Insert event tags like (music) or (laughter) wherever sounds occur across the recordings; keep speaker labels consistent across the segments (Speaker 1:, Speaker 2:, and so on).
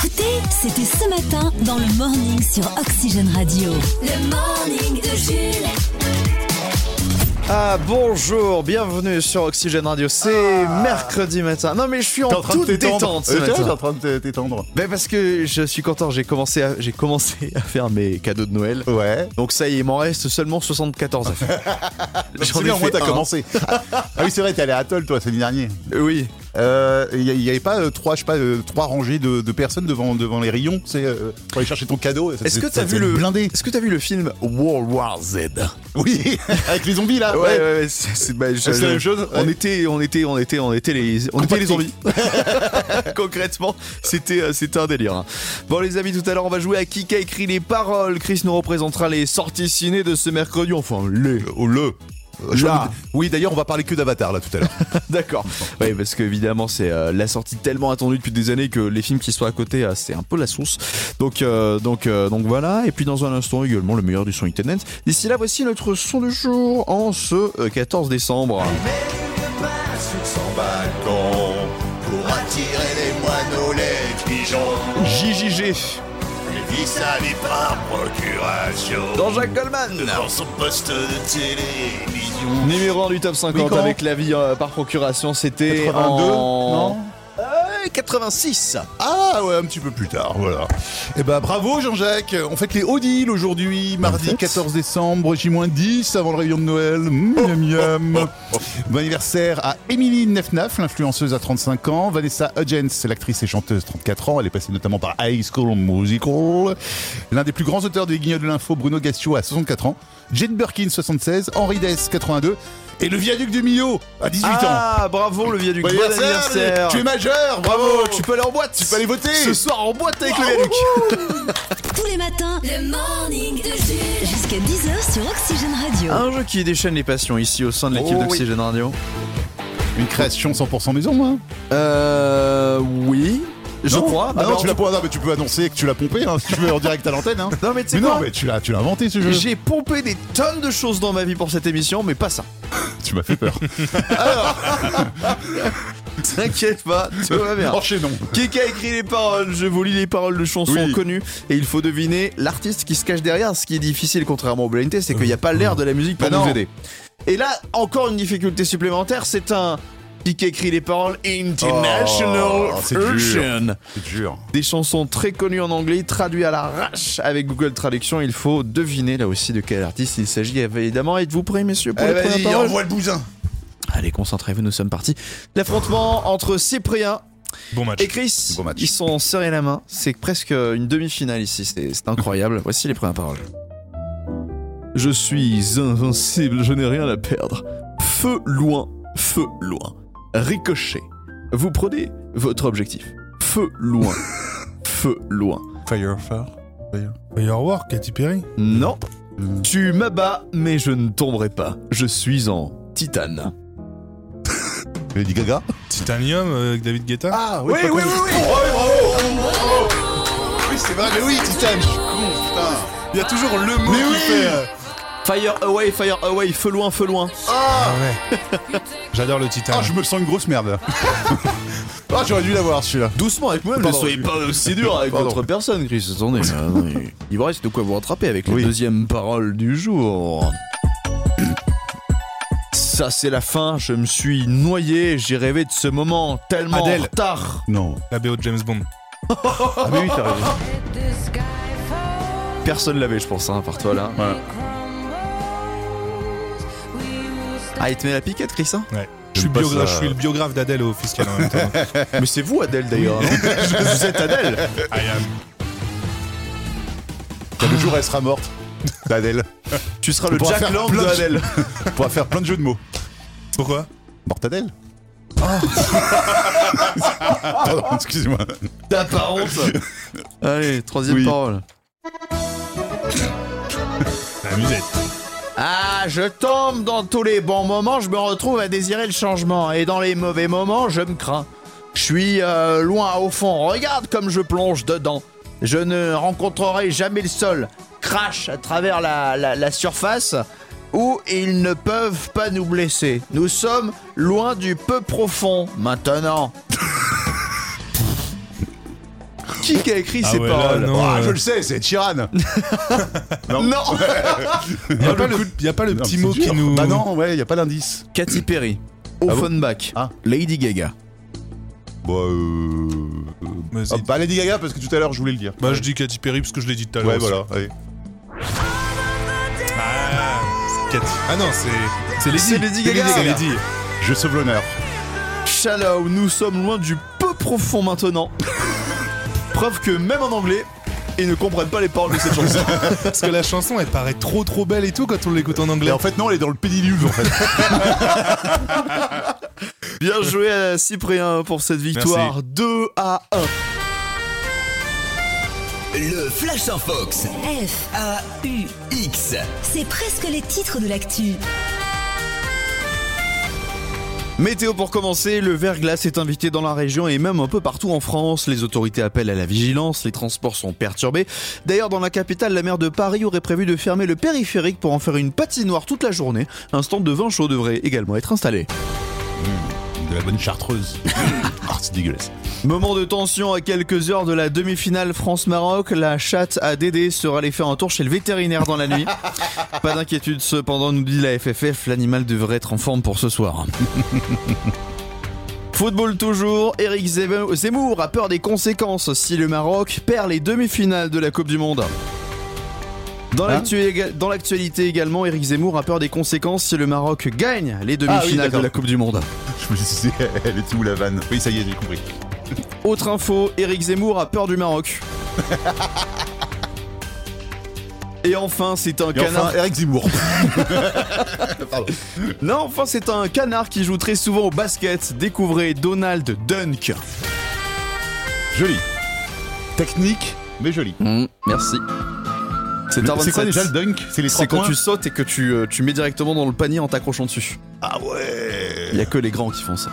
Speaker 1: C'était ce matin dans le morning sur Oxygène Radio. Le morning de Jules.
Speaker 2: Ah bonjour, bienvenue sur Oxygène Radio. C'est mercredi matin. Non mais je suis en,
Speaker 3: Ah. T'es en train de
Speaker 2: toute
Speaker 3: t'étendre.
Speaker 2: détente ce
Speaker 3: Euh, t'es
Speaker 2: matin.
Speaker 3: en train de t'é- t'étendre.
Speaker 2: Mais parce que je suis content, j'ai commencé à, j'ai commencé à faire mes cadeaux de Noël.
Speaker 3: Ouais.
Speaker 2: Donc ça y est, il m'en reste seulement 74 à
Speaker 3: (laughs)
Speaker 2: faire.
Speaker 3: J'en ai moi, t'as
Speaker 2: un.
Speaker 3: (laughs) commencé. ah ah oui, c'est vrai, t'es allé à Atoll, toi, c'est l'année dernière.
Speaker 2: Euh, Oui.
Speaker 3: Euh, Il n'y avait pas euh, trois, je sais pas, euh, trois rangées de, de personnes devant, devant les rayons, c'est euh, pour aller chercher ton cadeau. Ça-
Speaker 2: Est-ce que
Speaker 3: ça-
Speaker 2: t'as
Speaker 3: ça-
Speaker 2: vu le
Speaker 3: (laughs) blindé
Speaker 2: Est-ce que t'as vu le film World War Z
Speaker 3: Oui, avec les zombies là.
Speaker 2: Ouais, ouais, ouais, c'est, c'est- bah, je-
Speaker 3: C'est la
Speaker 2: je-
Speaker 3: même chose,
Speaker 2: On
Speaker 3: ouais.
Speaker 2: était, on était, on était, on était les, on était les zombies.
Speaker 3: Compatible.
Speaker 2: (laughs) Concrètement, c'était, euh, c'était un délire. hein. Bon, les amis, tout à l'heure, on va jouer à qui a écrit les paroles. Chris nous représentera les sorties ciné de ce mercredi. Enfin, les. Euh,
Speaker 3: Oh, le. Je
Speaker 2: Là.
Speaker 3: crois que- Oui, d'ailleurs, on va parler que d'Avatar là tout à l'heure.
Speaker 2: D'accord. Oui, parce que évidemment, c'est euh, la sortie tellement attendue depuis des années que les films qui sont à côté, euh, c'est un peu la source. Donc, euh, donc, euh, donc voilà. Et puis dans un instant également, le meilleur du son internet. D'ici là, voici notre son du jour en ce euh, 14 décembre.
Speaker 3: pour attirer les moineaux, les pigeons,
Speaker 2: JJG
Speaker 3: ça les par procuration.
Speaker 2: dans Jacques Goldman.
Speaker 3: Dans son poste de télévision.
Speaker 2: Numéro 1 du top 50
Speaker 3: Oui, quand
Speaker 2: avec la vie euh, par procuration, c'était
Speaker 3: 82,
Speaker 2: en-
Speaker 3: non
Speaker 2: Euh, 86.
Speaker 3: Ah ouais, un petit peu plus tard, voilà. Eh ben bravo Jean-Jacques, on fête les Odile aujourd'hui, mardi
Speaker 2: fait.
Speaker 3: 14 décembre, J-10 avant le réveillon de Noël. Mm, miam
Speaker 2: Oh,
Speaker 3: miam. Bon anniversaire à Émilie Nefnaf, l'influenceuse à 35 ans, Vanessa Hudgens, l'actrice et chanteuse 34 ans, elle est passée notamment par High School Musical. L'un des plus grands auteurs des guignols de l'info, Bruno Gassio à 64 ans, Jane Birkin 76, Henri Dess 82 et le viaduc du Millau à 18 ans.
Speaker 2: Ah, bravo le viaduc. Bon anniversaire.
Speaker 3: Tu es majeur, bravo,
Speaker 2: Bravo, tu peux aller en boîte.
Speaker 3: Tu peux aller voter.
Speaker 2: Ce soir en boîte avec le viaduc.
Speaker 1: Tous les matins, le morning de Jules. Jusqu'à 10h sur Oxygène Radio.
Speaker 2: Un jeu qui déchaîne les passions ici au sein de l'équipe
Speaker 3: Oh oui.
Speaker 2: d'Oxygène Radio.
Speaker 3: Une création 100% maison, hein
Speaker 2: Euh. Oui. Je
Speaker 3: Non,
Speaker 2: crois.
Speaker 3: Ah
Speaker 2: Bah,
Speaker 3: non,
Speaker 2: alors,
Speaker 3: tu l'as pas- non, mais tu peux annoncer que tu l'as pompé, hein, si tu veux, en direct à l'antenne. Hein.
Speaker 2: Non, mais tu sais
Speaker 3: Mais
Speaker 2: quoi
Speaker 3: non, mais tu l'as, tu l'as inventé ce jeu.
Speaker 2: J'ai pompé des tonnes de choses dans ma vie pour cette émission, mais pas ça.
Speaker 3: Tu m'as fait peur.
Speaker 2: T'inquiète pas, tout va bien.
Speaker 3: Enchaînons.
Speaker 2: Qui qui a écrit les paroles Je vous lis les paroles de chansons
Speaker 3: Oui.
Speaker 2: connues et il faut deviner l'artiste qui se cache derrière. Ce qui est difficile, contrairement au blind test, c'est qu'il n'y a pas l'air de la musique pour
Speaker 3: Bah
Speaker 2: nous
Speaker 3: non.
Speaker 2: aider. Et là, encore une difficulté supplémentaire, c'est un qui qui a écrit les paroles International
Speaker 3: Oh, c'est dur.
Speaker 2: Version.
Speaker 3: C'est dur.
Speaker 2: Des chansons très connues en anglais, traduites à l'arrache avec Google Traduction. Il faut deviner là aussi de quel artiste il s'agit. Évidemment, êtes-vous prêts, messieurs, pour les premières paroles
Speaker 3: Eh, le bousin.
Speaker 2: Allez, concentrez-vous, nous sommes partis. L'affrontement entre Cyprien
Speaker 4: Bon match.
Speaker 2: et Chris,
Speaker 3: Bon match.
Speaker 2: ils sont serrés la main. C'est presque euh, une demi-finale ici. C'est c'est incroyable. Voici les premières paroles. Je suis invincible, je n'ai rien à perdre. Feu loin, feu loin. Ricochet. Vous prenez votre objectif. Feu (laughs) loin, feu loin.
Speaker 3: Firefire.
Speaker 4: Firework, Katy Perry.
Speaker 2: Non.
Speaker 3: Mm.
Speaker 2: Tu m'abats, mais je ne tomberai pas. Je suis en titane.
Speaker 3: Lady Gaga.
Speaker 4: Titanium euh, avec David Guetta.
Speaker 3: Ah oui, oui, oui, oui. Oui, c'est vrai, mais oui, Titan, je suis con, putain.
Speaker 2: Il y a toujours le mot
Speaker 3: Mais oui
Speaker 2: Fire away, fire away, feu loin, feu loin.
Speaker 4: Ah ouais. J'adore le Titan.
Speaker 3: Ah, je me sens une grosse merde. (laughs) Ah, j'aurais dû l'avoir celui-là.
Speaker 2: Doucement avec moi-même, ne
Speaker 3: Pardon.
Speaker 2: soyez pas aussi dur avec
Speaker 3: Pardon.
Speaker 2: votre personne, Chris. Attendez,
Speaker 3: (laughs)
Speaker 2: attendez. il vous reste de quoi vous rattraper avec la
Speaker 3: Oui.
Speaker 2: deuxième parole du jour. Ça, c'est la fin. Je me suis noyé. J'ai rêvé de ce moment tellement
Speaker 4: Adèle.
Speaker 2: en retard.
Speaker 3: Non.
Speaker 4: La BO de James Bond.
Speaker 3: Ah, mais oui, t'as raison.
Speaker 2: Personne l'avait, je pense, hein, à part toi là. Ah, il te met la piquette, Chris. hein
Speaker 4: Ouais. Je suis,
Speaker 3: J'aime pas
Speaker 4: biographe-
Speaker 3: ça.
Speaker 4: je suis le biographe d'Adèle au fiscal en même temps.
Speaker 2: Mais c'est vous, Adèle, d'ailleurs. hein. non vous êtes Adèle.
Speaker 4: I am.
Speaker 3: Le jour, elle sera morte. (laughs) D'Adèle.
Speaker 2: Tu seras le
Speaker 3: pourra
Speaker 2: Jack
Speaker 3: faire
Speaker 2: Land de
Speaker 3: plein de-
Speaker 2: Adèle.
Speaker 3: On pourra faire plein de jeux de mots.
Speaker 4: (laughs) Pourquoi
Speaker 3: Mortadelle Ah. (laughs) Pardon, excusez-moi.
Speaker 2: T'as pas
Speaker 3: (laughs)
Speaker 2: honte Allez, troisième
Speaker 3: Oui.
Speaker 2: parole.
Speaker 4: La musette.
Speaker 2: Ah, je tombe dans tous les bons moments, je me retrouve à désirer le changement. Et dans les mauvais moments, je me crains. Je suis euh, loin au fond, regarde comme je plonge dedans. Je ne rencontrerai jamais le sol. Crash à travers la, la- la surface où ils ne peuvent pas nous blesser. Nous sommes loin du peu profond maintenant. qui qui a écrit
Speaker 4: Ah
Speaker 2: ces
Speaker 4: ouais, là,
Speaker 2: paroles
Speaker 4: non.
Speaker 3: Ah,
Speaker 4: euh.
Speaker 3: je le sais, c'est (laughs) Chiran.
Speaker 2: Non,
Speaker 4: Il
Speaker 3: Ah,
Speaker 4: n'y a, pas le- y a pas le
Speaker 3: Non,
Speaker 4: petit
Speaker 3: c'est
Speaker 4: mot
Speaker 3: dur.
Speaker 4: qui nous.
Speaker 3: Bah non, ouais, il a pas l'indice.
Speaker 2: Katy Perry,
Speaker 3: bon
Speaker 2: Offenbach,
Speaker 3: Ah.
Speaker 2: Lady Gaga.
Speaker 3: Bah, euh...
Speaker 4: Mais c'est-
Speaker 3: ah, bah, Lady Gaga, parce que tout à l'heure, je voulais le dire.
Speaker 4: Bah, je dis Katy Perry parce que je l'ai dit tout à l'heure.
Speaker 3: Ouais,
Speaker 4: aussi.
Speaker 3: voilà. allez.
Speaker 4: Ah, c'est Katy. Ah non, c'est. C'est Lady.
Speaker 2: C'est Lady Gaga.
Speaker 4: C'est Lady.
Speaker 3: Je sauve l'honneur.
Speaker 2: Shallow, nous sommes loin du peu profond maintenant. Preuve que même en anglais, ils ne comprennent pas les paroles de cette chanson.
Speaker 4: Parce que la chanson, elle paraît trop trop belle et tout quand on l'écoute en
Speaker 3: Mais
Speaker 4: anglais.
Speaker 3: en fait, non, elle est dans le pédiluve, en fait.
Speaker 2: Bien joué à Cyprien pour cette victoire. 2 à 1.
Speaker 5: Le Flash en Fox.
Speaker 1: F,
Speaker 5: F-A-U-X.
Speaker 1: c'est presque les titres de l'actu.
Speaker 2: Météo pour commencer, le verglas est invité dans la région et même un peu partout en France. Les autorités appellent à la vigilance, les transports sont perturbés. D'ailleurs, dans la capitale, la maire de Paris aurait prévu de fermer le périphérique pour en faire une patinoire toute la journée. Un stand de vin chaud devrait également être installé.
Speaker 3: (laughs) De la bonne chartreuse. (laughs) ah, c'est dégueulasse.
Speaker 2: Moment de tension à quelques heures de la demi-finale France-Maroc, la chatte à Dédé sera allée faire un tour chez le vétérinaire dans la nuit. Pas d'inquiétude cependant, nous dit la FFF, l'animal devrait être en forme pour ce soir. Football toujours, Eric Zem- Zemmour a peur des conséquences si le Maroc perd les demi-finales de la Coupe du Monde. Dans l'actu- éga- dans l'actualité également, Eric Zemmour a peur des conséquences si le Maroc gagne les demi-finales de
Speaker 3: d'accord.
Speaker 2: la Coupe du Monde.
Speaker 3: Je me disais, elle était où la vanne Oui, ça y est, j'ai compris.
Speaker 2: Autre info, Eric Zemmour a peur du
Speaker 3: (laughs)
Speaker 2: Maroc. Et enfin, c'est un
Speaker 3: Et
Speaker 2: canard.
Speaker 3: enfin, Eric Zemmour. Pardon.
Speaker 2: (laughs) Non, enfin, c'est un canard qui joue très souvent au basket. Découvrez Donald Dunk.
Speaker 3: (laughs) Joli. Technique, mais joli.
Speaker 2: merci. C'est un
Speaker 3: Mais C'est
Speaker 2: 27.
Speaker 3: quoi déjà le dunk C'est les trois
Speaker 2: C'est quand
Speaker 3: points
Speaker 2: tu sautes et que tu, euh, tu mets directement dans le panier en t'accrochant dessus.
Speaker 3: Ah
Speaker 2: Il y
Speaker 3: ouais
Speaker 2: a que les grands qui font ça.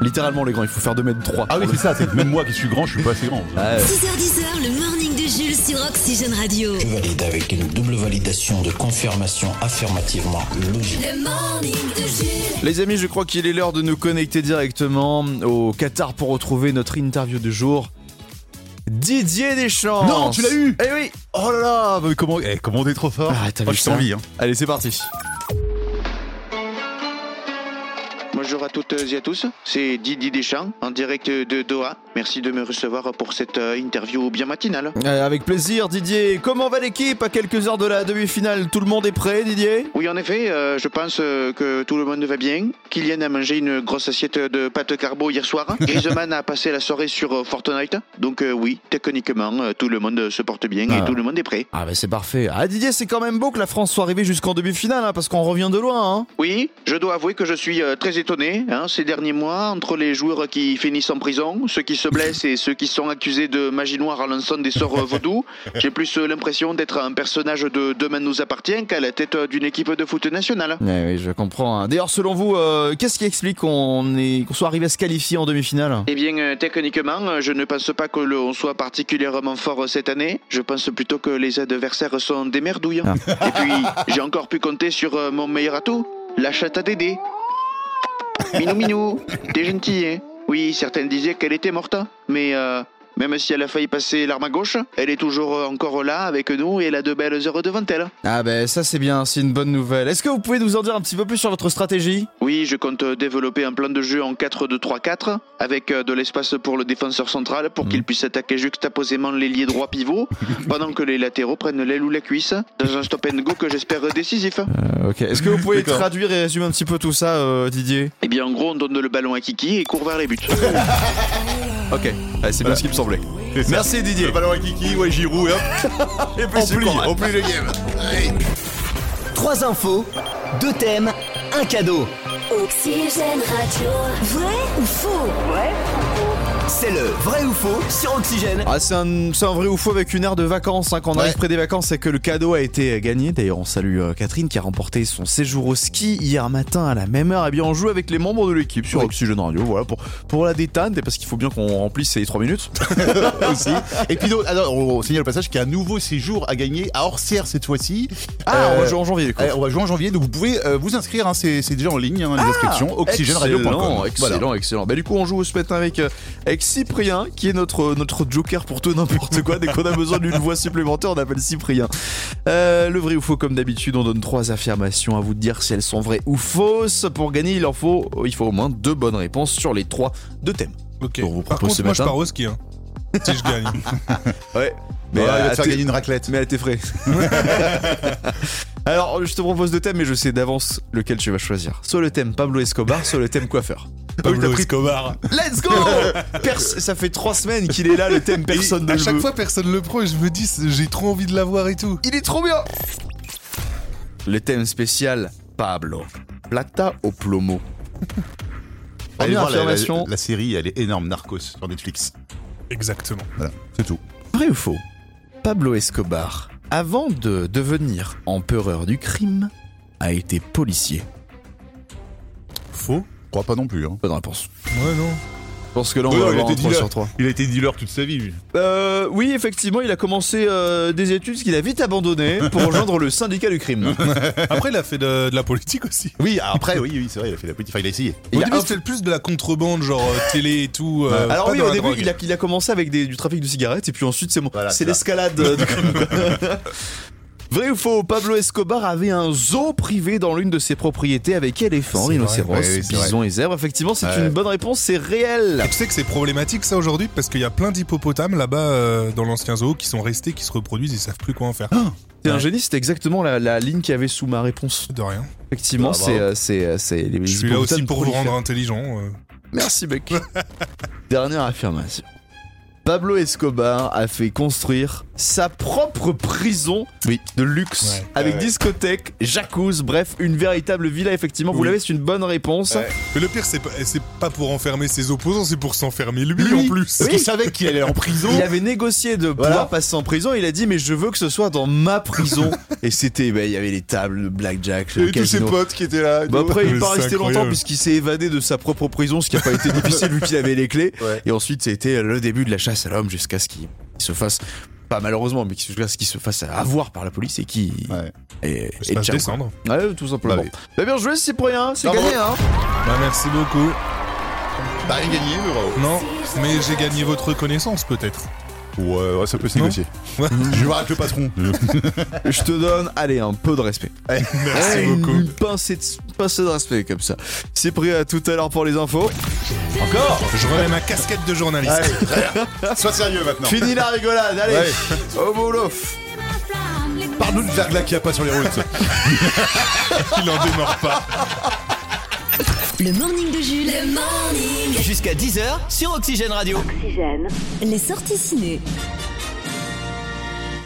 Speaker 2: Littéralement les grands, il faut faire 2 mètres 3.
Speaker 3: Ah oui, c'est ça, c'est même moi qui suis grand, je suis pas assez grand.
Speaker 1: 6h10, le morning de Jules sur Oxygène Radio.
Speaker 5: Je valide avec une double validation de confirmation affirmativement logique.
Speaker 1: Le morning de Jules.
Speaker 2: Les amis, je crois qu'il est l'heure de nous connecter directement au Qatar pour retrouver notre interview du jour. Didier Deschamps
Speaker 3: Non, tu l'as eu
Speaker 2: Eh oui
Speaker 3: Oh là là, mais comment, eh, comment on est trop fort
Speaker 2: Ah, t'as
Speaker 3: Oh,
Speaker 2: vu
Speaker 3: je
Speaker 2: ça
Speaker 3: t'envie, hein.
Speaker 2: Allez, c'est parti
Speaker 6: Bonjour à toutes et à tous, c'est Didi Deschamps en direct de Doha. Merci de me recevoir pour cette euh, interview bien matinale.
Speaker 2: Euh, Avec plaisir, Didier Comment va l'équipe à quelques heures de la demi-finale Tout le monde est prêt, Didier
Speaker 6: Oui, en effet, euh, je pense euh, que tout le monde va bien. Kylian a mangé une grosse assiette de pâte carbo hier soir. Griezmann a passé la soirée sur euh, Fortnite. Donc euh, oui, techniquement, euh, tout le monde se porte bien
Speaker 2: Ah.
Speaker 6: et tout le monde est prêt.
Speaker 2: Ah bah c'est parfait Ah Didier, c'est quand même beau que la France soit arrivée jusqu'en demi-finale, hein, parce qu'on revient de loin hein.
Speaker 6: Oui, je dois avouer que je suis euh, très étonné hein, ces derniers mois entre les joueurs qui finissent en prison, ceux qui se blessent et ceux qui sont accusés de magie noire en lançant des sorts euh, vaudous. J'ai plus euh, l'impression d'être un personnage de Demain nous appartient qu'à la tête euh, d'une équipe de foot nationale.
Speaker 2: Ouais, oui, je comprends. hein. D'ailleurs, selon vous, euh, qu'est-ce qui explique qu'on est- qu'on soit arrivé à se qualifier en demi-finale
Speaker 6: Eh bien, euh, techniquement, euh, je ne pense pas que l'on soit particulièrement fort euh, cette année. Je pense plutôt que les adversaires sont des merdouilles. Et puis, j'ai encore pu compter sur euh, mon meilleur atout, la chatte à Dédé. Minou minou, t'es gentil, hein Oui, certains disaient qu'elle était morte, mais euh, même si elle a failli passer l'arme à gauche, elle est toujours euh, encore là avec nous et elle a de belles heures devant elle.
Speaker 2: Ah ben ça c'est bien, c'est une bonne nouvelle. Est-ce que vous pouvez nous en dire un petit peu plus sur votre stratégie
Speaker 6: Oui, je compte développer un plan de jeu en 4-2-3-4 avec euh, de l'espace pour le défenseur central pour qu'il puisse attaquer juxtaposément l'ailier droit pivot pendant que les latéraux prennent l'aile ou la cuisse dans un stop and go que j'espère décisif.
Speaker 2: Ok. Est-ce que vous pouvez
Speaker 4: D'accord.
Speaker 2: traduire et résumer un petit peu tout ça, euh, Didier
Speaker 6: Eh bien, en gros, on donne le ballon à Kiki et court vers les buts.
Speaker 2: Ok. c'est bien ce qui me semblait.
Speaker 3: C'est ça.
Speaker 2: Merci Didier.
Speaker 3: Le ballon à Kiki, ouais, Giroud, et
Speaker 2: (laughs)
Speaker 3: hop.
Speaker 2: Et
Speaker 3: On plie, on plie le game.
Speaker 5: Trois infos, deux thèmes, un cadeau.
Speaker 1: Oxygène Radio. Vrai ou faux
Speaker 5: C'est le vrai ou faux sur Oxygène.
Speaker 2: Ah, c'est un, c'est un vrai ou faux avec une aire de vacances. Hein, quand on arrive
Speaker 3: Ouais.
Speaker 2: près des vacances, c'est que le cadeau a été gagné. D'ailleurs, on salue euh, Catherine qui a remporté son séjour au ski hier matin à la même heure. Et bien, on joue avec les membres de l'équipe sur Oxygène Radio. Voilà pour, pour la détente et parce qu'il faut bien qu'on remplisse ces 3 minutes.
Speaker 3: aussi. Et puis, donc, alors, ah, on, on signale au passage qu'il y a un nouveau séjour à gagner à Orsières cette fois-ci.
Speaker 2: Ah,
Speaker 3: Euh,
Speaker 2: on va jouer en janvier. quoi.
Speaker 3: euh, on va jouer en janvier, donc vous pouvez euh, vous inscrire, hein,
Speaker 4: Ah,
Speaker 3: c'est c'est déjà en ligne, hein, les inscriptions, oxygèneradio.com.
Speaker 2: Excellent,
Speaker 3: Voilà.
Speaker 2: excellent, excellent. Bah, du coup, on joue ce matin avec euh, avec Cyprien, qui est notre, euh, notre joker pour tout et n'importe quoi. Dès qu'on a besoin d'une voix supplémentaire, on appelle Cyprien. Euh, le vrai ou faux, comme d'habitude, on donne trois affirmations à vous de dire si elles sont vraies ou fausses. Pour gagner, il en faut, euh, il faut au moins deux bonnes réponses sur les trois de thème.
Speaker 4: Ok.
Speaker 2: Qu'on vous
Speaker 4: Par
Speaker 2: propose
Speaker 4: contre,
Speaker 2: ce
Speaker 4: moi je
Speaker 2: matin.
Speaker 4: pars au ski. Hein. si je
Speaker 3: Ah
Speaker 4: gagne.
Speaker 2: Ouais.
Speaker 3: Mais il va te faire
Speaker 2: tes-
Speaker 3: gagner une raclette.
Speaker 2: mais à tes frais. (laughs) Alors, je te propose deux thèmes, mais je sais d'avance lequel tu vas choisir. Soit le thème Pablo Escobar, soit le thème coiffeur.
Speaker 4: Pablo Escobar.
Speaker 2: Let's (laughs) go Pers- Ça fait trois semaines qu'il est là, le thème personne
Speaker 4: Et
Speaker 2: ne
Speaker 4: à
Speaker 2: le
Speaker 4: chaque
Speaker 2: veut.
Speaker 4: fois, personne le prend et je me dis, c'est- j'ai trop envie de l'avoir et tout.
Speaker 2: Il est trop bien Le thème spécial Pablo. Plata au plomo.
Speaker 3: Allez
Speaker 2: Première
Speaker 3: voir la, la-
Speaker 2: affirmation.
Speaker 3: la série, elle est énorme, Narcos, sur Netflix.
Speaker 4: Exactement.
Speaker 3: Voilà, c'est tout.
Speaker 2: Vrai ou faux Pablo Escobar, avant de devenir empereur du crime, a été policier.
Speaker 4: Faux
Speaker 3: Je crois pas non plus. hein.
Speaker 2: Bonne réponse.
Speaker 4: Ouais, non.
Speaker 2: Je pense que là, on
Speaker 3: Ouais,
Speaker 2: va
Speaker 3: il
Speaker 2: avoir
Speaker 3: était
Speaker 2: un 3
Speaker 3: dealer.
Speaker 2: sur 3.
Speaker 3: Il a été dealer toute sa vie, lui.
Speaker 2: Euh, oui, effectivement, il a commencé euh, des études qu'il a vite abandonnées (laughs) pour rejoindre le syndicat du crime.
Speaker 4: Après, il a fait de, de la politique aussi.
Speaker 3: Oui, alors après, oui, oui, c'est vrai, il a fait la politique. Enfin, il a essayé.
Speaker 2: Il
Speaker 4: Au
Speaker 2: a
Speaker 4: début,
Speaker 2: un-
Speaker 4: c'était le plus de la contrebande, genre euh, télé et tout. euh,
Speaker 2: Alors
Speaker 4: pas
Speaker 2: oui,
Speaker 4: dans
Speaker 2: au
Speaker 4: la
Speaker 2: début,
Speaker 4: drogue.
Speaker 2: il a, il a commencé avec des- du trafic de cigarettes et puis ensuite c'est mon-
Speaker 3: Voilà,
Speaker 2: c'est
Speaker 3: c'est ça.
Speaker 2: l'escalade euh,
Speaker 4: (laughs)
Speaker 2: du crime. quoi. Vrai ou faux, Pablo Escobar avait un zoo privé dans l'une de ses propriétés avec éléphants,
Speaker 4: C'est vrai,
Speaker 2: rhinocéros,
Speaker 3: ouais, oui, c'est
Speaker 2: bisons et zèbres. Effectivement, c'est
Speaker 3: Ouais.
Speaker 2: une bonne réponse, c'est réel.
Speaker 4: Et tu sais que c'est problématique ça aujourd'hui parce qu'il y a plein d'hippopotames là-bas euh, dans l'ancien zoo qui sont restés, qui se reproduisent, ils savent plus quoi en faire.
Speaker 2: T'es un génie, c'était exactement la, la ligne qu'il y avait sous ma réponse.
Speaker 4: De rien.
Speaker 2: Effectivement,
Speaker 3: Ah, bravo.
Speaker 2: c'est euh, c'est euh, c'est les
Speaker 4: Je suis là aussi
Speaker 2: hippopotames
Speaker 4: pour vous
Speaker 2: prolifèrent.
Speaker 4: rendre intelligent. euh.
Speaker 2: Merci, mec. (laughs) Dernière affirmation. Pablo Escobar a fait construire sa propre prison de luxe
Speaker 4: Ouais.
Speaker 2: avec discothèque, jacuzzi, bref, une véritable villa. Effectivement, vous
Speaker 4: Oui.
Speaker 2: l'avez, c'est une bonne réponse.
Speaker 4: Mais le pire, c'est pas, c'est pas pour enfermer ses opposants, c'est pour s'enfermer lui,
Speaker 3: Lui,
Speaker 4: en plus.
Speaker 3: Parce qu'il savait qu'il allait en prison.
Speaker 2: Il avait négocié de pouvoir
Speaker 3: Voilà.
Speaker 2: passer en prison. Il a dit, mais je veux que ce soit dans ma prison. Et c'était, bah, il y avait les tables, le blackjack, le
Speaker 3: Et tous ses
Speaker 2: casino.
Speaker 3: potes qui étaient là. et
Speaker 4: (laughs)
Speaker 2: Bah
Speaker 3: tout.
Speaker 2: après, il
Speaker 4: Mais
Speaker 2: n'est pas
Speaker 4: c'est
Speaker 2: resté longtemps
Speaker 4: incroyable.
Speaker 2: puisqu'il s'est évadé de sa propre prison, ce qui n'a pas été difficile vu qu'il avait les clés.
Speaker 3: (laughs) Ouais.
Speaker 2: Et ensuite, c'était le début de la chasse à l'homme jusqu'à ce qu'il se fasse, pas malheureusement, mais jusqu'à ce qu'il se fasse avoir par la police et qui.
Speaker 3: Ouais.
Speaker 2: Et,
Speaker 4: Je
Speaker 2: et
Speaker 4: passe
Speaker 2: ciao,
Speaker 4: descendre.
Speaker 2: quoi. Ouais, tout simplement.
Speaker 3: Bah
Speaker 2: Bah,
Speaker 3: oui.
Speaker 2: bien joué, Cyprien, c'est
Speaker 3: Bravo.
Speaker 2: gagné, hein.
Speaker 4: Bah, merci beaucoup.
Speaker 3: T'as rien gagné, mais bravo.
Speaker 4: Non, mais j'ai gagné votre reconnaissance peut-être.
Speaker 3: Ouais, ouais, ça peut se
Speaker 4: Non.
Speaker 3: négocier.
Speaker 4: Ouais.
Speaker 3: Je vais avec le patron.
Speaker 2: (laughs) Je te donne, allez, un peu de respect.
Speaker 4: Merci
Speaker 2: Allez,
Speaker 4: beaucoup.
Speaker 2: Une pincée de, pincée de respect comme ça. Cyprien, à tout à l'heure pour les infos. Encore
Speaker 4: Je remets ma casquette de journaliste.
Speaker 3: Allez, sois sérieux maintenant.
Speaker 2: Fini la rigolade, allez, au boulot.
Speaker 3: Parle-nous de verglas qu'il n'y a pas sur les routes.
Speaker 4: (laughs) Il en démarre pas.
Speaker 1: Le morning de Jules. Le morning.
Speaker 7: Jusqu'à 10h sur Oxygène Radio.
Speaker 1: Les sorties ciné.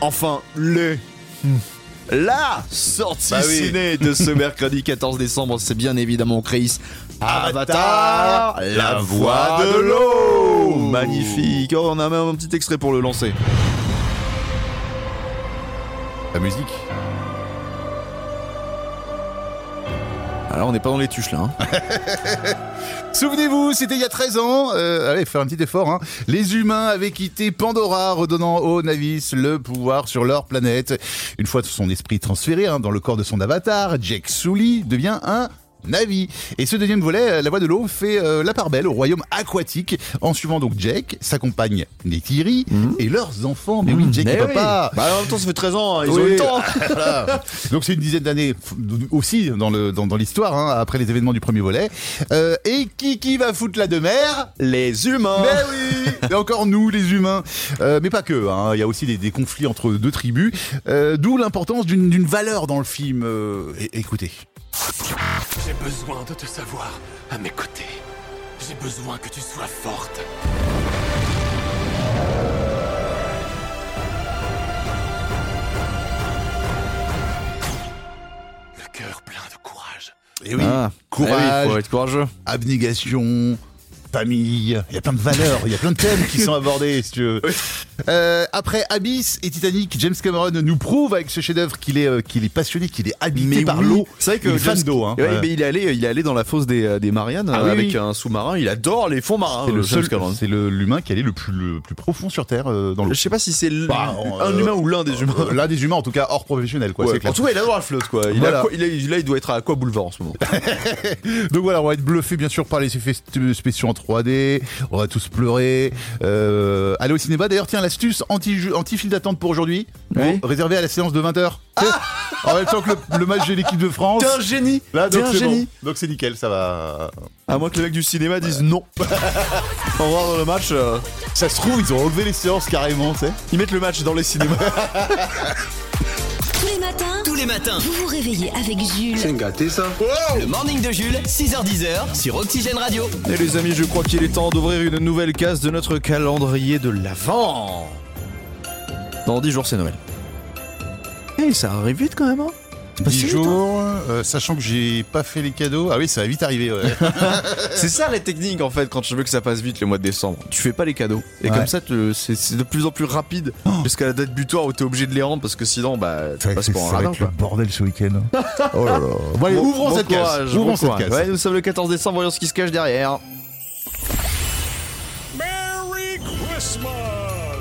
Speaker 2: Enfin, les. La sortie
Speaker 3: Bah oui.
Speaker 2: ciné de ce mercredi 14 décembre, c'est bien évidemment Chris Avatar,
Speaker 3: Avatar,
Speaker 2: la voix de l'eau. Magnifique. Oh, on a même un petit extrait pour le lancer.
Speaker 3: La musique.
Speaker 2: Alors, on n'est pas dans les tuches là. hein.
Speaker 3: Souvenez-vous, c'était il y a 13 ans. Euh, allez, faire un petit effort. hein. Les humains avaient quitté Pandora, redonnant aux Navis le pouvoir sur leur planète. Une fois son esprit transféré hein, dans le corps de son avatar, Jake Sully devient un Navi. Et ce deuxième volet, euh, La Voix de l'eau, fait euh, la part belle au royaume aquatique, en suivant donc Jake, sa compagne Neytiri et leurs enfants. Mais oui, Jake
Speaker 2: Eh
Speaker 3: et
Speaker 2: oui.
Speaker 3: papa.
Speaker 2: Bah, en même temps, ça fait 13 ans, ils ont
Speaker 3: Oui. Ah,
Speaker 2: eu le temps. (laughs)
Speaker 3: Voilà. Donc c'est une dizaine d'années f- aussi dans le dans, dans l'histoire hein, après les événements du premier volet. Euh, et qui qui va foutre la demeure
Speaker 2: Les humains.
Speaker 3: mais oui Et encore nous, les humains. Euh, mais pas que, hein. il y a aussi des, des conflits entre deux tribus. Euh, D'où l'importance d'une d'une valeur dans le film. Euh, é- écoutez.
Speaker 8: J'ai besoin de te savoir à mes côtés. J'ai besoin que tu sois forte. Le cœur plein de courage.
Speaker 3: Et Eh oui,
Speaker 2: Ah,
Speaker 3: courage,
Speaker 2: eh oui, faut être courageux.
Speaker 3: abnégation, famille. Il y a plein de valeurs, il y a plein de thèmes qui sont abordés, si tu veux. Euh, après Abyss et Titanic, James Cameron nous prouve avec ce chef-d'œuvre qu'il est, euh, qu'il est passionné, qu'il est habité par
Speaker 2: oui.
Speaker 3: l'eau.
Speaker 2: C'est vrai que
Speaker 3: Il est fan
Speaker 2: James-
Speaker 3: d'eau, hein.
Speaker 2: Ouais,
Speaker 3: Ouais.
Speaker 2: mais il est allé, il est allé dans la fosse des, euh, des Mariannes
Speaker 3: Ah oui,
Speaker 2: euh, avec
Speaker 3: oui.
Speaker 2: un sous-marin. Il adore les fonds marins.
Speaker 3: C'est
Speaker 2: euh,
Speaker 3: le
Speaker 2: James
Speaker 3: seul-
Speaker 2: Cameron.
Speaker 3: c'est le- l'humain qui est allé le plus, le plus profond sur Terre euh, dans l'eau.
Speaker 2: Je sais pas si c'est l-
Speaker 3: Bah,
Speaker 2: un
Speaker 3: euh,
Speaker 2: humain ou l'un des humains.
Speaker 3: Euh, L'un des humains, en tout cas, hors professionnel, quoi.
Speaker 2: Ouais,
Speaker 3: c'est clair.
Speaker 2: en tout cas, il adore la flotte, quoi. Il
Speaker 3: Voilà.
Speaker 2: a quoi- il est- là, il doit être à quoi boulevard en ce moment.
Speaker 3: Donc voilà, on va être bluffé bien sûr par les effets sp- spéciaux entre 3D, on va tous pleurer. Euh, allez au cinéma. D'ailleurs, tiens, l'astuce anti-ju- anti-file d'attente pour aujourd'hui,
Speaker 2: Oui. Ah
Speaker 3: réservée à la séance de 20h. en même temps que le, le match de l'équipe de
Speaker 2: (laughs)
Speaker 3: France.
Speaker 2: T'es un génie
Speaker 3: Là,
Speaker 2: T'es
Speaker 3: donc
Speaker 2: un
Speaker 3: c'est bon.
Speaker 2: génie
Speaker 3: Donc c'est nickel, ça va.
Speaker 2: À moins que les mecs du cinéma disent
Speaker 3: (laughs)
Speaker 2: non. Au revoir dans le match. euh,
Speaker 3: Ça se trouve, ils ont enlevé les séances carrément, tu sais.
Speaker 2: ils mettent le match dans les cinémas. (laughs)
Speaker 1: Tous les matins,
Speaker 7: Tous les matins,
Speaker 1: vous vous réveillez avec Jules.
Speaker 7: le morning de Jules, 6h10 sur Oxygène Radio.
Speaker 2: Et Eh, les amis, je crois qu'il est temps d'ouvrir une nouvelle case de notre calendrier de l'Avent. Dans 10 jours, c'est Noël. Eh, ça arrive vite quand même. Hein C'est hein. pas si
Speaker 3: 10
Speaker 2: vite,
Speaker 3: jours, euh, sachant que j'ai pas fait les cadeaux. Ah oui, ça va vite arriver. ouais.
Speaker 2: C'est ça la technique en fait quand je veux que ça passe vite le mois de décembre. Tu fais pas les cadeaux. Et
Speaker 3: Ouais.
Speaker 2: comme ça te- c'est c'est de plus en plus rapide jusqu'à la date butoir où t'es obligé de les rendre parce que sinon bah tu passes pour un radin. quoi.
Speaker 3: bordel ce week-end. (laughs) Oh là là. Bon, allez,
Speaker 2: hein. Bon-
Speaker 3: ouvrons
Speaker 2: bon
Speaker 3: cette
Speaker 2: courage,
Speaker 3: case.
Speaker 2: bon
Speaker 3: Ouvrons cette
Speaker 2: courage.
Speaker 3: case.
Speaker 2: Ouais, nous sommes le 14 décembre, voyons ce qui se cache derrière.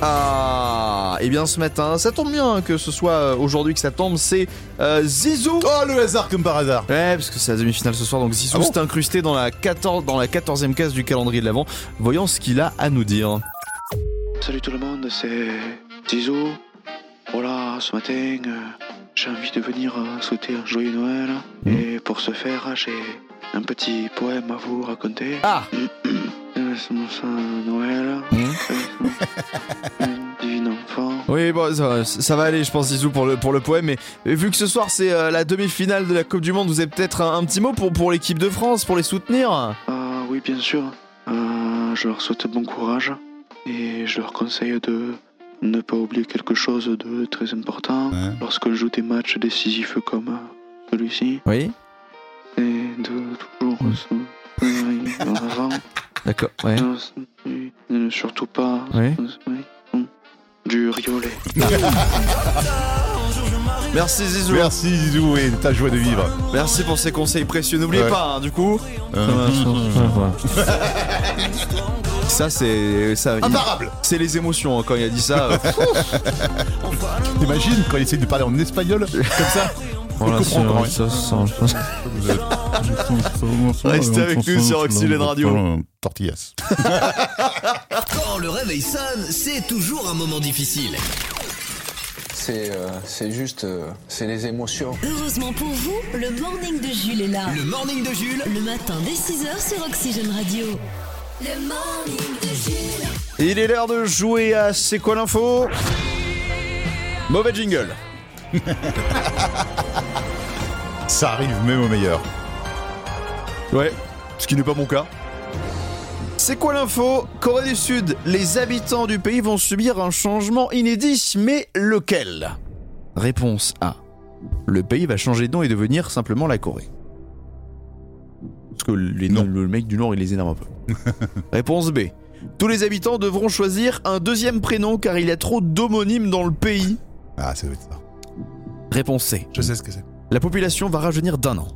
Speaker 2: Ah, et bien ce matin, ça tombe bien que ce soit euh, aujourd'hui que ça tombe, c'est euh, Zizou.
Speaker 3: Oh le hasard comme par hasard.
Speaker 2: Ouais, parce que c'est la demi-finale ce soir, donc Zizou
Speaker 3: Ah bon
Speaker 2: s'est incrusté dans la, 14, dans la 14e case du calendrier de l'Avent. Voyons ce qu'il a à nous dire.
Speaker 6: Salut tout le monde, c'est Zizou. Voilà, ce matin, euh, j'ai envie de venir euh, souhaiter un joyeux Noël. Et pour ce faire, j'ai un petit poème à vous raconter.
Speaker 2: Ah.
Speaker 6: Euh, c'est mon saint Noël.
Speaker 2: Mmh.
Speaker 6: Euh,
Speaker 2: (laughs)
Speaker 6: Divin enfant.
Speaker 2: Oui, bon, ça, va, ça va aller, je pense, Zizou, pour le, pour le poème. Mais mais vu que ce soir, c'est euh, la demi-finale de la Coupe du Monde, vous avez peut-être un, un petit mot pour, pour l'équipe de France, pour les soutenir
Speaker 6: Ah oui, bien sûr. Euh, je leur souhaite bon courage et je leur conseille de ne pas oublier quelque chose de très important
Speaker 3: Ouais.
Speaker 6: lorsqu'on joue des matchs décisifs comme celui-ci
Speaker 2: Oui,
Speaker 6: et de toujours se tenir en avant.
Speaker 2: d'accord, ouais.
Speaker 6: Et ne surtout pas
Speaker 2: Oui.
Speaker 6: du riolet.
Speaker 2: Merci, Zizou.
Speaker 3: Merci Zizou et ta joie de vivre.
Speaker 2: Merci pour ces conseils précieux. N'oubliez
Speaker 3: Ouais.
Speaker 2: pas, hein, du coup.
Speaker 3: Euh,
Speaker 2: Ça, c'est. ça, il-
Speaker 3: Imparable.
Speaker 2: C'est les émotions hein, quand il a dit ça. euh,
Speaker 3: T'imagines quand il essaye de parler en espagnol comme
Speaker 2: (laughs)
Speaker 3: ça On comprend quand même.
Speaker 2: Restez avec nous sur Oxygène Radio.
Speaker 3: Tortillas.
Speaker 7: Quand le réveil sonne, c'est toujours un moment difficile.
Speaker 9: C'est euh, c'est juste, euh, c'est les émotions.
Speaker 1: Heureusement pour vous, le morning de Jules est là.
Speaker 7: Le morning de Jules,
Speaker 1: Le matin dès 6h sur Oxygène Radio. Le morning de Jules.
Speaker 2: Il est l'heure de jouer à C'est quoi l'info Mauvais jingle.
Speaker 3: Ça arrive même au meilleur.
Speaker 2: Ouais, ce qui n'est pas mon cas. C'est quoi l'info Corée du Sud, les habitants du pays vont subir un changement inédit, mais lequel Réponse A. Le pays va changer de nom et devenir simplement la Corée. Parce que les noms, le mec du Nord, il les énerve un peu. Réponse B. Tous les habitants devront choisir un deuxième prénom car il y a trop d'homonymes dans le pays.
Speaker 3: Ah, ça doit être ça.
Speaker 2: Réponse C.
Speaker 4: Je sais ce que c'est.
Speaker 2: La population va rajeunir d'un an.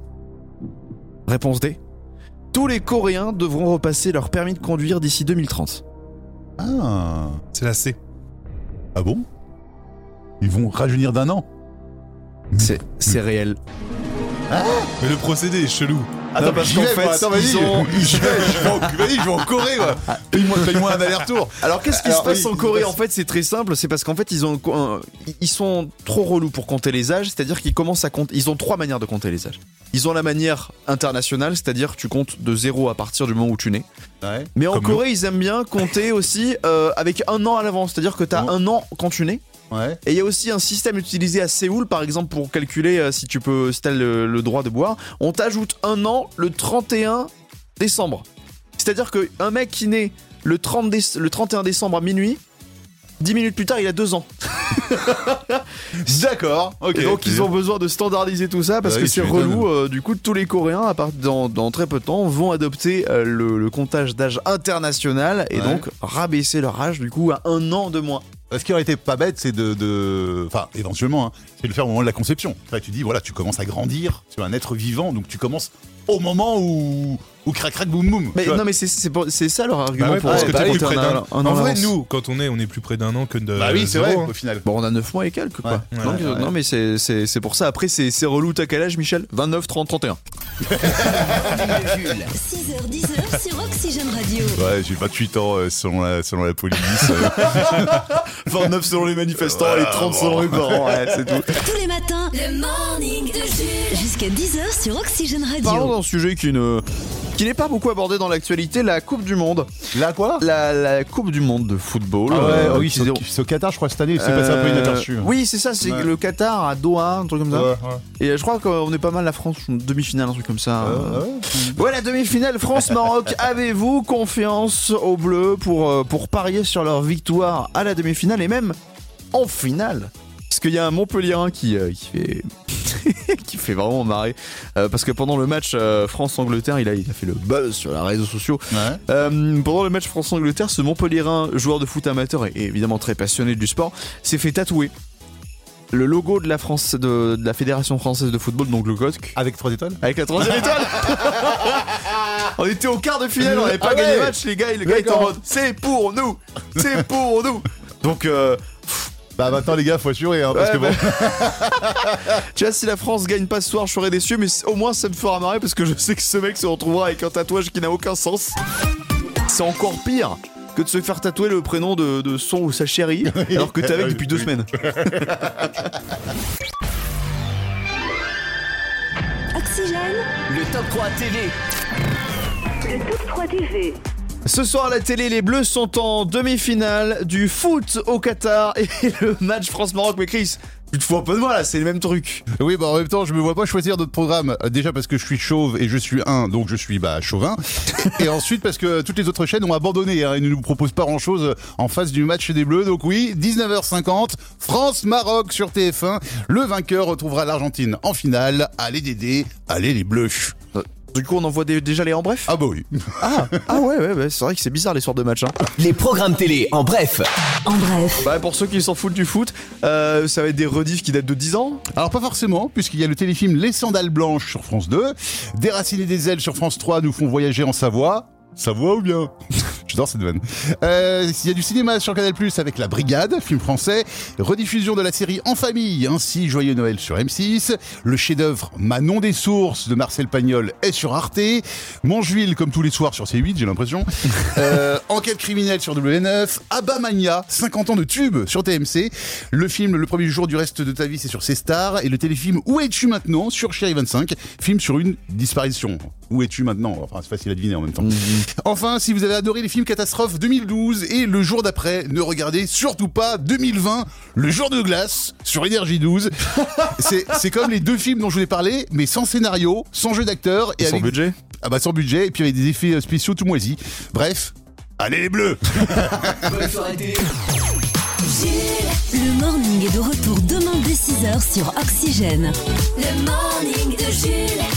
Speaker 2: Réponse D. Tous les Coréens devront repasser leur permis de conduire d'ici 2030.
Speaker 3: Ah,
Speaker 4: C'est la C.
Speaker 3: ah bon Ils vont rajeunir d'un an.
Speaker 2: C'est, c'est réel.
Speaker 4: Mais le procédé est chelou.
Speaker 2: Non, parce
Speaker 3: j'y
Speaker 2: qu'en
Speaker 3: vais,
Speaker 2: fait,
Speaker 3: moi. attends, vas-y.
Speaker 2: ils ont-
Speaker 3: J'y vais, je vais en- Vas-y, je vais en Corée, moi. Paye-moi paye-moi un aller-retour.
Speaker 2: (laughs) Alors qu'est-ce qui
Speaker 3: Alors,
Speaker 2: se passe
Speaker 3: oui,
Speaker 2: en
Speaker 3: il
Speaker 2: Corée
Speaker 3: se
Speaker 2: En
Speaker 3: passe-
Speaker 2: fait, c'est très simple. C'est parce qu'en fait, ils ont un- ils sont trop relous pour compter les âges. C'est-à-dire qu'ils commencent à compter. Ils ont trois manières de compter les âges. Ils ont la manière internationale, c'est-à-dire tu comptes de zéro à partir du moment où tu nais.
Speaker 3: Ouais.
Speaker 2: Mais en
Speaker 4: Comme
Speaker 2: Corée, ils aiment bien compter aussi euh, avec un an à l'avance. C'est-à-dire que t'as
Speaker 3: Ouais.
Speaker 2: un an quand tu nais.
Speaker 3: Ouais.
Speaker 2: Et il y a aussi un système utilisé à Séoul, par exemple, pour calculer euh, si tu peux, si t'as le, le droit de boire. On t'ajoute un an le 31 décembre. C'est-à-dire qu'un mec qui naît le, 30 déce- le 31 décembre à minuit, 10 minutes plus tard, il a 2 ans.
Speaker 3: (laughs) D'accord, ok.
Speaker 2: Et donc, ils ont besoin de standardiser tout ça parce
Speaker 3: Bah
Speaker 2: que
Speaker 3: oui,
Speaker 2: c'est
Speaker 3: tu m'étonnes.
Speaker 2: relou. Euh, du coup, tous les Coréens, à part dans, dans très peu de temps, vont adopter euh, le, le comptage d'âge international et
Speaker 3: Ouais.
Speaker 2: donc rabaisser leur âge, du coup, à un an de moins.
Speaker 3: Ce qui aurait été pas bête, c'est de, de- Enfin, éventuellement, hein, c'est de le faire au moment de la conception. Enfin, tu dis, voilà, tu commences à grandir, tu es un être vivant, donc tu commences au moment où, où crac crac boum boum.
Speaker 2: Mais
Speaker 3: Tu vois.
Speaker 2: non, mais c'est- c'est pour- c'est ça leur
Speaker 4: Bah
Speaker 2: argument
Speaker 4: ouais,
Speaker 2: pour
Speaker 4: parce que
Speaker 2: bah
Speaker 4: t'es
Speaker 2: oui,
Speaker 4: plus
Speaker 2: t'en
Speaker 4: près
Speaker 2: as
Speaker 4: d'un.
Speaker 2: un- un
Speaker 4: En
Speaker 2: an
Speaker 4: vrai,
Speaker 2: d'avance.
Speaker 4: nous, quand on est, on est plus près d'un an que de.
Speaker 3: Oh bah oui, c'est vrai,
Speaker 4: zéro, hein.
Speaker 3: au final.
Speaker 2: Bon, on a 9 mois et quelques, quoi.
Speaker 4: Ouais.
Speaker 2: Donc,
Speaker 4: Ouais,
Speaker 2: euh, Non, mais c'est- c'est c'est pour ça. Après, c'est c'est relou. T'as quel âge, Michel 29, 30, 31.
Speaker 1: 6h, 10h sur Oxygène Radio.
Speaker 3: Ouais, j'ai 28 ans euh, selon la, selon la police. euh.
Speaker 2: 29 selon les manifestants et 30 selon les parents. Ah, Ouais, c'est tout.
Speaker 1: Tous les matins, le morning de Jules. Jusqu'à 10h sur Oxygène
Speaker 2: Parlons
Speaker 1: Radio.
Speaker 2: d'un sujet qui ne. Qui n'est pas beaucoup abordé dans l'actualité, la Coupe du Monde.
Speaker 3: Là, quoi
Speaker 2: La, la Coupe du Monde de football.
Speaker 3: Ah ouais,
Speaker 2: euh,
Speaker 3: oui,
Speaker 2: qui
Speaker 3: c'est
Speaker 2: se
Speaker 3: au,
Speaker 2: déroule-
Speaker 3: c'est au Qatar, je crois, cette année, il s'est passé un peu
Speaker 2: Euh,
Speaker 3: inaperçu. hein.
Speaker 2: Oui, c'est ça, c'est
Speaker 3: Ouais.
Speaker 2: le Qatar à Doha, un truc comme ça.
Speaker 3: Ouais, ouais.
Speaker 2: Et euh, je crois qu'on est pas mal la France en demi-finale, un truc comme ça. hein.
Speaker 3: Ah ouais
Speaker 2: Voilà, demi-finale
Speaker 3: (laughs)
Speaker 2: France-Maroc. Avez-vous confiance aux Bleus pour, euh, pour parier sur leur victoire à la demi-finale et même en finale Parce qu'il y a un Montpellierin qui, euh, qui fait. (laughs) qui fait vraiment marrer Euh, parce que pendant le match euh, France-Angleterre il a, il a fait le buzz sur les réseaux sociaux
Speaker 3: Ouais.
Speaker 2: Euh, pendant le match France-Angleterre ce Montpellierin joueur de foot amateur et, et évidemment très passionné du sport s'est fait tatouer le logo de la France de, de la Fédération Française de Football donc le GOTC
Speaker 3: Avec 3 étoiles
Speaker 2: avec la troisième
Speaker 3: (laughs)
Speaker 2: étoile On était au quart de finale, on n'avait pas
Speaker 3: Ah
Speaker 2: gagné le
Speaker 3: ouais.
Speaker 2: match, les gars, et le gars était en
Speaker 3: D'accord.
Speaker 2: mode C'est pour nous C'est pour nous Donc, euh,
Speaker 3: Bah maintenant les gars, faut assurer hein, parce
Speaker 2: Ouais,
Speaker 3: que bon,
Speaker 2: tu vois, si la France gagne pas ce soir, je serais déçu, mais c- au moins ça me fera marrer parce que je sais que ce mec se retrouvera avec un tatouage qui n'a aucun sens. C'est encore pire que de se faire tatouer le prénom de, de son ou sa (laughs) chérie, alors que t'es avec
Speaker 3: Oui,
Speaker 2: depuis deux
Speaker 3: oui.
Speaker 2: semaines.
Speaker 1: Oxygène,
Speaker 7: Le top 3 TV.
Speaker 2: Ce soir à la télé, les Bleus sont en demi-finale du foot au Qatar et (laughs) le match France-Maroc. Mais Chris, tu te fous un peu de moi là, c'est le même truc.
Speaker 3: (laughs) oui bah en même temps je me vois pas choisir d'autres programmes Euh, déjà parce que je suis chauve et je suis un donc je suis bah (laughs) chauvin et ensuite parce que euh, toutes les autres chaînes ont abandonné hein, et ne nous proposent pas grand chose en face du match des Bleus donc oui 19h50 France Maroc sur TF1 le vainqueur retrouvera l'Argentine en finale allez Dédé allez les Bleus
Speaker 2: Du coup, on envoie des- déjà les en bref
Speaker 3: ah bah oui
Speaker 2: Ah, ah ouais, ouais, ouais, c'est vrai que c'est bizarre les soirs de match. Hein.
Speaker 7: Les programmes télé, en bref.
Speaker 1: en bref,
Speaker 2: Bah, pour ceux qui s'en foutent du foot, euh, ça va être des rediffs qui datent de 10 ans.
Speaker 3: Alors pas forcément, puisqu'il y a le téléfilm Les Sandales Blanches sur France 2, Des Racines et des Ailes sur France 3 nous font voyager en Savoie. Savoie ou bien (laughs) J'adore cette vanne. Euh, Il y a du cinéma sur Canal Plus avec La Brigade, film français, rediffusion de la série En Famille, ainsi Joyeux Noël sur M6, le chef-d'œuvre Manon des Sources de Marcel Pagnol est sur Arte, Mangevilles comme tous les soirs sur C8, j'ai l'impression, euh, Enquête criminelle sur W9, Abamania, 50 ans de tube sur TMC, le film Le premier jour du reste de ta vie, c'est sur C Star, et le téléfilm Où es-tu maintenant sur Chérie 25, film sur une disparition. Où es-tu maintenant Enfin, c'est facile à deviner en même temps.
Speaker 2: Mhm.
Speaker 3: Enfin, si vous avez adoré les films Catastrophe 2012 et le jour d'après, ne regardez surtout pas 2020, le jour de glace sur Énergie
Speaker 2: (laughs)
Speaker 3: 12. c'est c'est comme les deux films dont je vous ai parlé, mais sans scénario, sans jeu d'acteur et
Speaker 2: Sans
Speaker 3: avec
Speaker 2: budget.
Speaker 3: ah bah sans budget et puis avec des effets euh, spéciaux tout moisis. Bref, allez les bleus
Speaker 1: le morning est de retour demain dès 6h sur Oxygène. Le morning de Jules.